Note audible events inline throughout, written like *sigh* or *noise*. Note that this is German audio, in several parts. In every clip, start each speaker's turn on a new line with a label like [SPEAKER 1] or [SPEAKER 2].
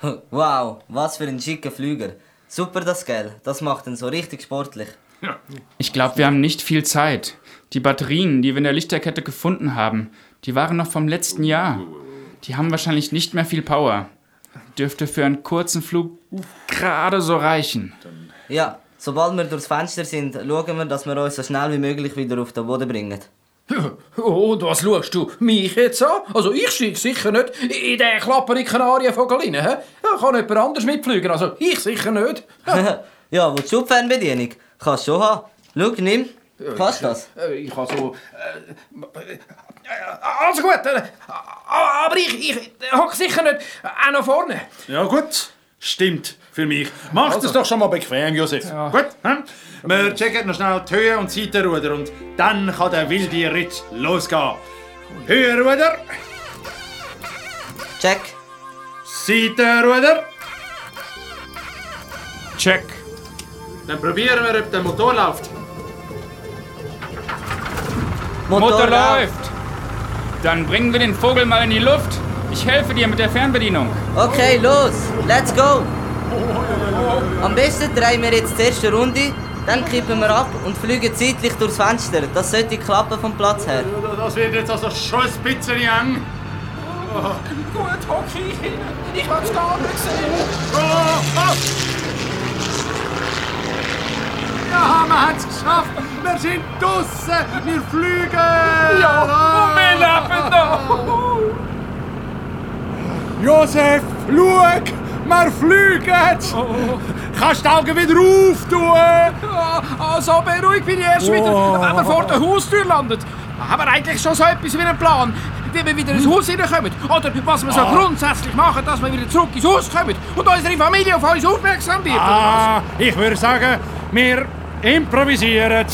[SPEAKER 1] *laughs* Wow, was für ein schicker Flüger. Super das Gel, das macht ihn so richtig sportlich.
[SPEAKER 2] Ich glaube, wir haben nicht viel Zeit. Die Batterien, die wir in der Lichterkette gefunden haben, die waren noch vom letzten Jahr. Die haben wahrscheinlich nicht mehr viel Power. Dürfte für einen kurzen Flug gerade so reichen.
[SPEAKER 1] Ja, sobald wir durchs Fenster sind, schauen wir, dass wir uns so schnell wie möglich wieder auf den Boden bringen. *laughs*
[SPEAKER 3] Und was schaust du mich jetzt an? Also ich steige sicher nicht in den klapprigen Kanarienvogel rein. hä? Da kann jemand anders mitfliegen, also ich sicher nicht.
[SPEAKER 1] ja, willst du die Fernbedienung? Kannst schon haben. Schau, nimm. Kannst das?
[SPEAKER 3] Äh, Ich kann so... Äh, äh, also gut, äh, a- aber ich, ich hock sicher nicht auch nach vorne.
[SPEAKER 4] Ja gut, stimmt für mich. Macht es doch schon mal bequem, Josef. Gut, hm? Wir checken noch schnell die Höhe und Seitenruder und dann kann der wilde Ritt losgehen. Höhenruder,
[SPEAKER 1] Check.
[SPEAKER 4] Seitenruder.
[SPEAKER 2] Check.
[SPEAKER 5] Dann probieren wir, ob der Motor läuft.
[SPEAKER 2] Motor läuft. Dann bringen wir den Vogel mal in die Luft. Ich helfe dir mit der Fernbedienung.
[SPEAKER 1] Okay, los, let's go! Am besten drehen wir jetzt die erste Runde, dann kippen wir ab und fliegen zeitlich durchs Fenster. Das sollte klappen vom Platz her.
[SPEAKER 4] Das wird jetzt also schon ein bisschen lang.
[SPEAKER 3] Gut, hock ich hin. Ich will es gar nicht sehen.
[SPEAKER 4] Oh, oh. Ja, wir haben es geschafft. Wir sind draußen. Wir fliegen. Ja,
[SPEAKER 2] Will ab
[SPEAKER 4] Josef, schau, wir fliegen!
[SPEAKER 3] Oh,
[SPEAKER 4] Kannst die Augen wieder auftun?
[SPEAKER 3] Ah, Also beruhig bin ich erst wieder, wenn wir vor der Haustür landet. Aber eigentlich schon so etwas wie einen Plan, wie wir wieder ins Haus hineinkommen. Oder was wir so grundsätzlich machen, dass wir wieder zurück ins Haus kommen und unsere Familie auf uns aufmerksam wird.
[SPEAKER 4] Ah, ich würde sagen, wir improvisieren.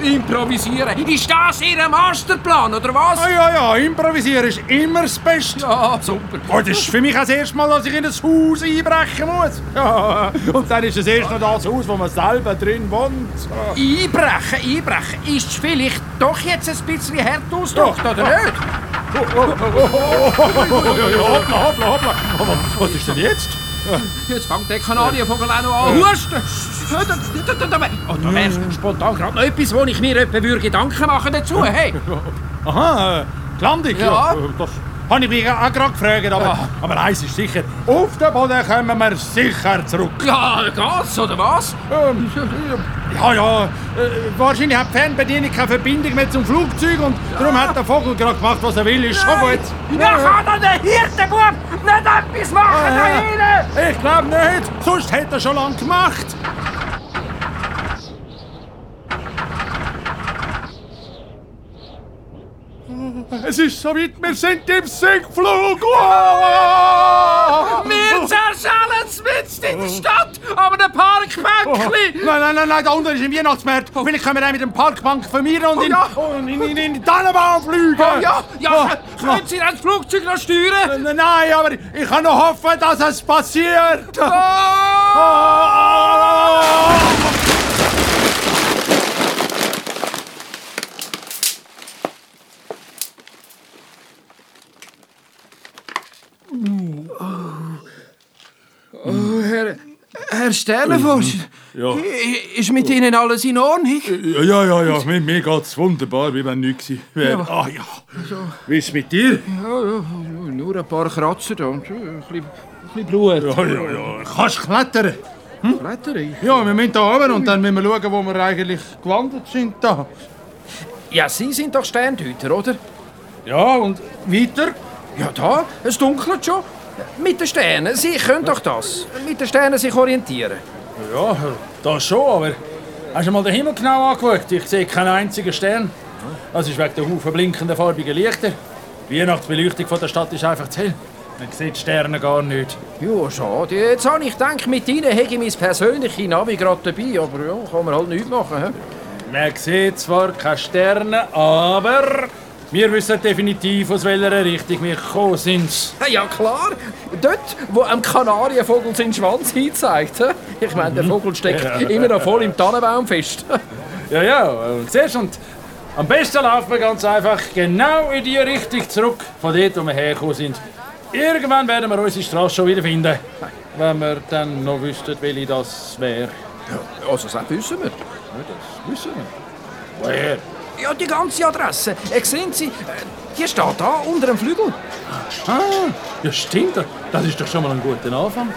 [SPEAKER 3] Improvisieren. Ist das Ihr Masterplan, oder was?
[SPEAKER 4] Ah ja, ja, improvisieren ist immer das Beste.
[SPEAKER 3] Ja, super.
[SPEAKER 4] Oh, das ist für mich auch das erste Mal, dass ich in ein Haus einbrechen muss. Ja, und dann ist das erst noch das Haus, wo man selber drin wohnt.
[SPEAKER 3] Einbrechen, einbrechen. Ist vielleicht doch jetzt ein bisschen hart ausgedrückt, oder nicht?
[SPEAKER 4] Hoppla, hoppla, hoppla. Aber was ist denn jetzt?
[SPEAKER 3] Jetzt fängt der Kanarienvogel auch noch an husten. Und da wäre spontan gerade noch etwas, wo ich mir etwa würde Gedanken machen dazu. Hey,
[SPEAKER 4] Aha, äh, die Landung.
[SPEAKER 3] Ja.
[SPEAKER 4] Das habe ich mich auch gerade gefragt. Aber, aber eins ist sicher, auf den Boden kommen wir sicher zurück.
[SPEAKER 3] ja, geht's, oder was?
[SPEAKER 4] Ähm, ja, ja, äh, wahrscheinlich hat die Fernbedienung keine Verbindung mehr zum Flugzeug und darum hat der Vogel gerade gemacht, was er will. Ist
[SPEAKER 3] Oh,
[SPEAKER 4] schon gut.
[SPEAKER 3] kann doch der Hirtenbub nicht etwas machen hinten!
[SPEAKER 4] Ich glaube nicht, sonst hätte er schon lange gemacht. Es ist soweit, wir sind im Sinkflug! Wow!
[SPEAKER 3] Wir zerschellen's mitten in der Stadt an einem Oh.
[SPEAKER 4] Oh.
[SPEAKER 3] Parkbänkchen!
[SPEAKER 4] Nein, nein, nein, nein, da unten ist im Weihnachtsmarkt. Vielleicht können wir dann mit dem Parkbank vermieren und in,
[SPEAKER 3] Oh. ja. Oh,
[SPEAKER 4] und in, in, in die Tannenbaum fliegen.
[SPEAKER 3] Ja,
[SPEAKER 4] Ah,
[SPEAKER 3] ja, können Sie das Flugzeug noch steuern?
[SPEAKER 4] ah, Nein, aber ich kann noch hoffen, dass es passiert. Oh. Eh,
[SPEAKER 3] Herr, Herr Sternenforscher, Oh. Mm. ist mit Ihnen alles in Ordnung?
[SPEAKER 4] Ja, ja, ja, ja. Mir, mir geht's wunderbar, wie wenn nichts wäre. Ah ja. Wie ist mit dir?
[SPEAKER 3] Nur ein paar Kratzer da und ein bisschen, ein bisschen Blut.
[SPEAKER 4] Ja, ja, Oh, ja. Kannst klettern?
[SPEAKER 3] Blätterei.
[SPEAKER 4] Ja, wir müssen da oben und dann müssen wir schauen, wo wir eigentlich gelandet sind. Da.
[SPEAKER 3] Ja, Sie sind doch Sterndeuter, oder?
[SPEAKER 4] Ja, und weiter?
[SPEAKER 3] Ja, da, es dunkelt schon. Mit den Sternen, Sie können doch das. Mit den Sternen sich orientieren.
[SPEAKER 4] Ja, das schon, aber hast du mal den Himmel genau angeschaut? Ich sehe keinen einzigen Stern. Das ist wegen der Haufen blinkender farbiger Lichter. Die Weihnachtsbeleuchtung von der Stadt ist einfach zu hell. Man sieht die Sterne gar nicht.
[SPEAKER 3] Ja, schade. Jetzt habe ich gedacht, mit Ihnen hätte ich mein persönliches Navi gerade dabei, aber ja, kann man halt nichts machen. hä?
[SPEAKER 4] Man sieht zwar keine Sterne, aber wir wissen definitiv, aus welcher Richtung wir gekommen sind.
[SPEAKER 3] Ja, Ja klar, dort, wo am Kanarienvogel seinen Schwanz hinzeigt. hä? Ich meine, der Vogel steckt immer noch voll im Tannenbaum fest.
[SPEAKER 4] Ja, ja, und siehst du, und am besten laufen wir ganz einfach genau in die Richtung zurück, von dort, wo wir hergekommen sind.
[SPEAKER 6] Irgendwann werden wir unsere Straße schon wieder finden. Wenn wir dann noch wüssten, welche das wäre.
[SPEAKER 3] *laughs* Also, das wissen wir.
[SPEAKER 6] Wissen wir? Woher?
[SPEAKER 3] Ja, die ganze Adresse. Äh, sehen Sie, äh, die steht da unter dem Flügel.
[SPEAKER 6] Ah, ja stimmt. Das ist doch schon mal ein guter Anfang.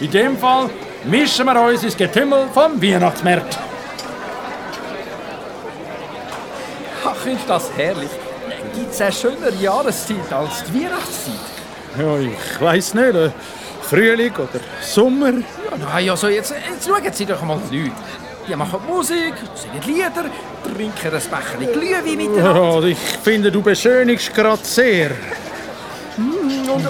[SPEAKER 6] In dem Fall mischen wir uns ins Getümmel vom Weihnachtsmarkt.
[SPEAKER 3] Ach, ist das herrlich. Gibt es eine schönere Jahreszeit als die Weihnachtszeit?
[SPEAKER 4] Ja, ich weiß nicht. äh, Frühling oder Sommer.
[SPEAKER 3] Ja, nein, also jetzt, jetzt schauen Sie doch mal die Leute. Die machen Musik, singen Lieder, trinken ein Becherchen Glühwein miteinander.
[SPEAKER 4] Ja, also ich finde, du beschönigst gerade sehr.
[SPEAKER 3] Und, und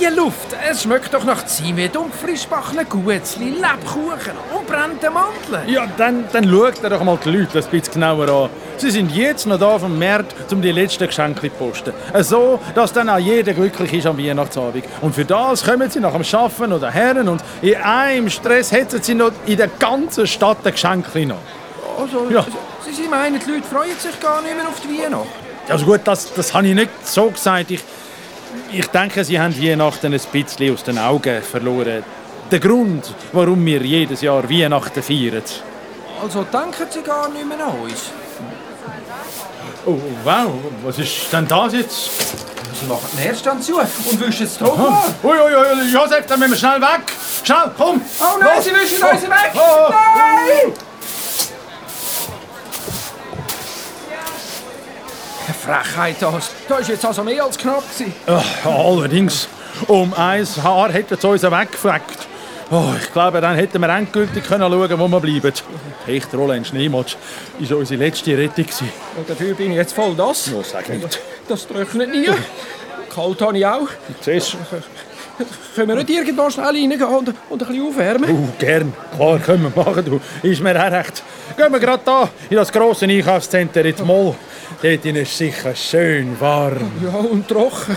[SPEAKER 3] die Luft, es schmeckt doch nach Zimmet und frischbackenen Guetzli, Lebkuchen und brennten Mandeln.
[SPEAKER 4] Ja, dann, dann schau dir doch mal die Leute ein bisschen genauer an. Sie sind jetzt noch da auf dem Markt, um die letzten Geschenke zu posten. Äh, So, dass dann auch jeder glücklich ist am Weihnachtsabend. Und für das kommen sie nach dem Schaffen oder Herren und in einem Stress hetzen sie noch in der ganzen Stadt ein Geschenk noch.
[SPEAKER 3] Also,
[SPEAKER 4] Ja.
[SPEAKER 3] Sie, Sie meinen, die Leute freuen sich gar nicht mehr auf die Weihnacht.
[SPEAKER 4] Also gut, das, das habe ich nicht so gesagt. Ich, ich denke, Sie haben Weihnachten ein bisschen aus den Augen verloren. Der Grund, warum wir jedes Jahr Weihnachten feiern.
[SPEAKER 3] Also denken Sie gar nicht mehr an uns.
[SPEAKER 4] Oh, wow, was ist denn das jetzt?
[SPEAKER 3] Sie machen den Herdstand zu und wischen es doch ab.
[SPEAKER 4] Ui, ui, ui, Josef, dann müssen wir schnell weg. Schnell, komm.
[SPEAKER 3] Oh nein,
[SPEAKER 4] Los.
[SPEAKER 3] Sie wischen uns weg!
[SPEAKER 4] Oh, oh.
[SPEAKER 3] Nein! Frechheit, das. Das ist jetzt also mehr als knapp. gewesen.
[SPEAKER 4] Ach, allerdings, um ein Haar hätten sie uns weggefleckt. Oh, ich glaube, dann hätten wir endgültig können schauen wo wir bleiben. Die Hechtrolle in Schneematsch war unsere letzte Rettung. gewesen.
[SPEAKER 3] Und dafür bin ich jetzt voll das.
[SPEAKER 4] Oh, sag nicht.
[SPEAKER 3] Das trocknet nie. Kalt habe ich auch.
[SPEAKER 4] Zuerst
[SPEAKER 3] Können wir nicht irgendwann schnell reingehen und, und ein bisschen aufwärmen?
[SPEAKER 4] Uh, gern. Klar, können wir machen, du. Ist mir auch recht. Gehen wir gerade da in das grosse Einkaufszentrum in die Moll. Dort drin ist sicher schön warm.
[SPEAKER 3] Ja, und trocken.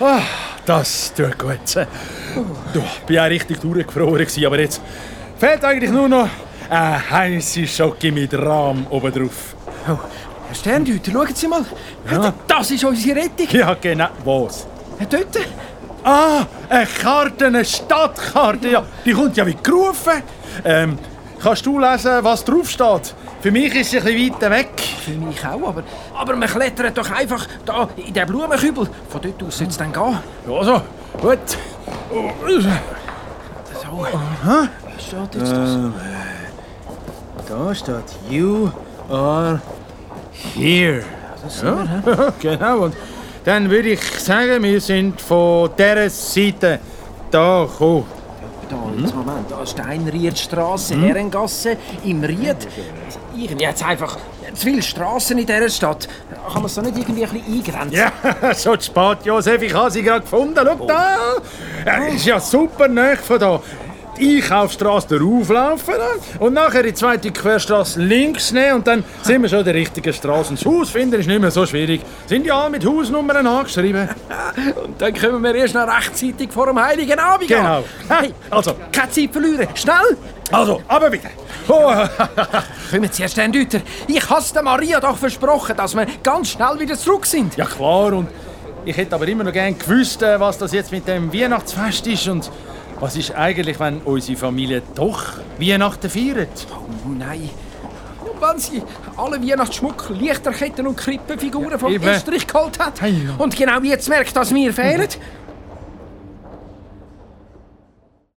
[SPEAKER 4] Ah, das tut gut. Du, ich war auch richtig durchgefroren, gewesen, aber jetzt fehlt eigentlich nur noch eine heiße Schocke mit Rahm oben drauf.
[SPEAKER 3] Oh, Herr Sterndeuter, schauen Sie mal. Das ist unsere Rettung.
[SPEAKER 4] Ja, genau. Was?
[SPEAKER 3] Dort.
[SPEAKER 4] Ah, eine Karte, eine Stadtkarte. Ja, die kommt ja wie gerufen. Ähm, kannst du lesen, was draufsteht? Für mich ist sie ein bisschen weiter weg.
[SPEAKER 3] Für mich auch, aber, aber man klettert doch einfach da in den Blumenkübel. Von dort aus sollte es dann gehen.
[SPEAKER 4] Ja, Oh, so. Gut. dus.
[SPEAKER 3] So. Aha. Steht jetzt
[SPEAKER 4] Da steht You are here. ja, *laughs* genau. Und dann würde ich sagen, wir sind von dieser Seite da gekommen.
[SPEAKER 3] Da, jetzt
[SPEAKER 4] Mhm.
[SPEAKER 3] Moment, da Steinriedstraße, hm? Herrengasse, im Ried. Ich habe jetzt einfach zu viele Straßen in dieser Stadt. Kann man es da nicht irgendwie ein bisschen eingrenzen?
[SPEAKER 4] Ja, *laughs* schon zu spät, Josef. Ich habe sie gerade gefunden. Schau da. Er ist ja super nah von da. Die Einkaufsstraße rauflaufen und nachher die zweite Querstraße links nehmen und dann sind wir schon in der richtigen Straße. Das Haus finden ist nicht mehr so schwierig. Sind ja alle mit Hausnummern angeschrieben.
[SPEAKER 3] Und dann kommen wir erst noch rechtzeitig vor dem Heiligen Abend
[SPEAKER 4] Genau.
[SPEAKER 3] an.
[SPEAKER 4] Hey, *laughs* also,
[SPEAKER 3] Keine Zeit verlieren, schnell!
[SPEAKER 4] also, aber bitte. Oh,
[SPEAKER 3] Kommen Sie, Herr Sterndeuter. Ich habe es der Maria doch versprochen, dass wir ganz schnell wieder zurück sind.
[SPEAKER 4] ja klar, und ich hätte aber immer noch gern gewusst, äh, was das jetzt mit dem Weihnachtsfest ist und was ist eigentlich, wenn unsere Familie doch Weihnachten feiert.
[SPEAKER 3] Oh nein. Und wenn sie alle Weihnachtsschmuck, Lichterketten und Krippenfiguren vom
[SPEAKER 4] eben.
[SPEAKER 3] Estrich geholt hat
[SPEAKER 4] Hey, ja.
[SPEAKER 3] und genau jetzt merkt, dass wir fehlen,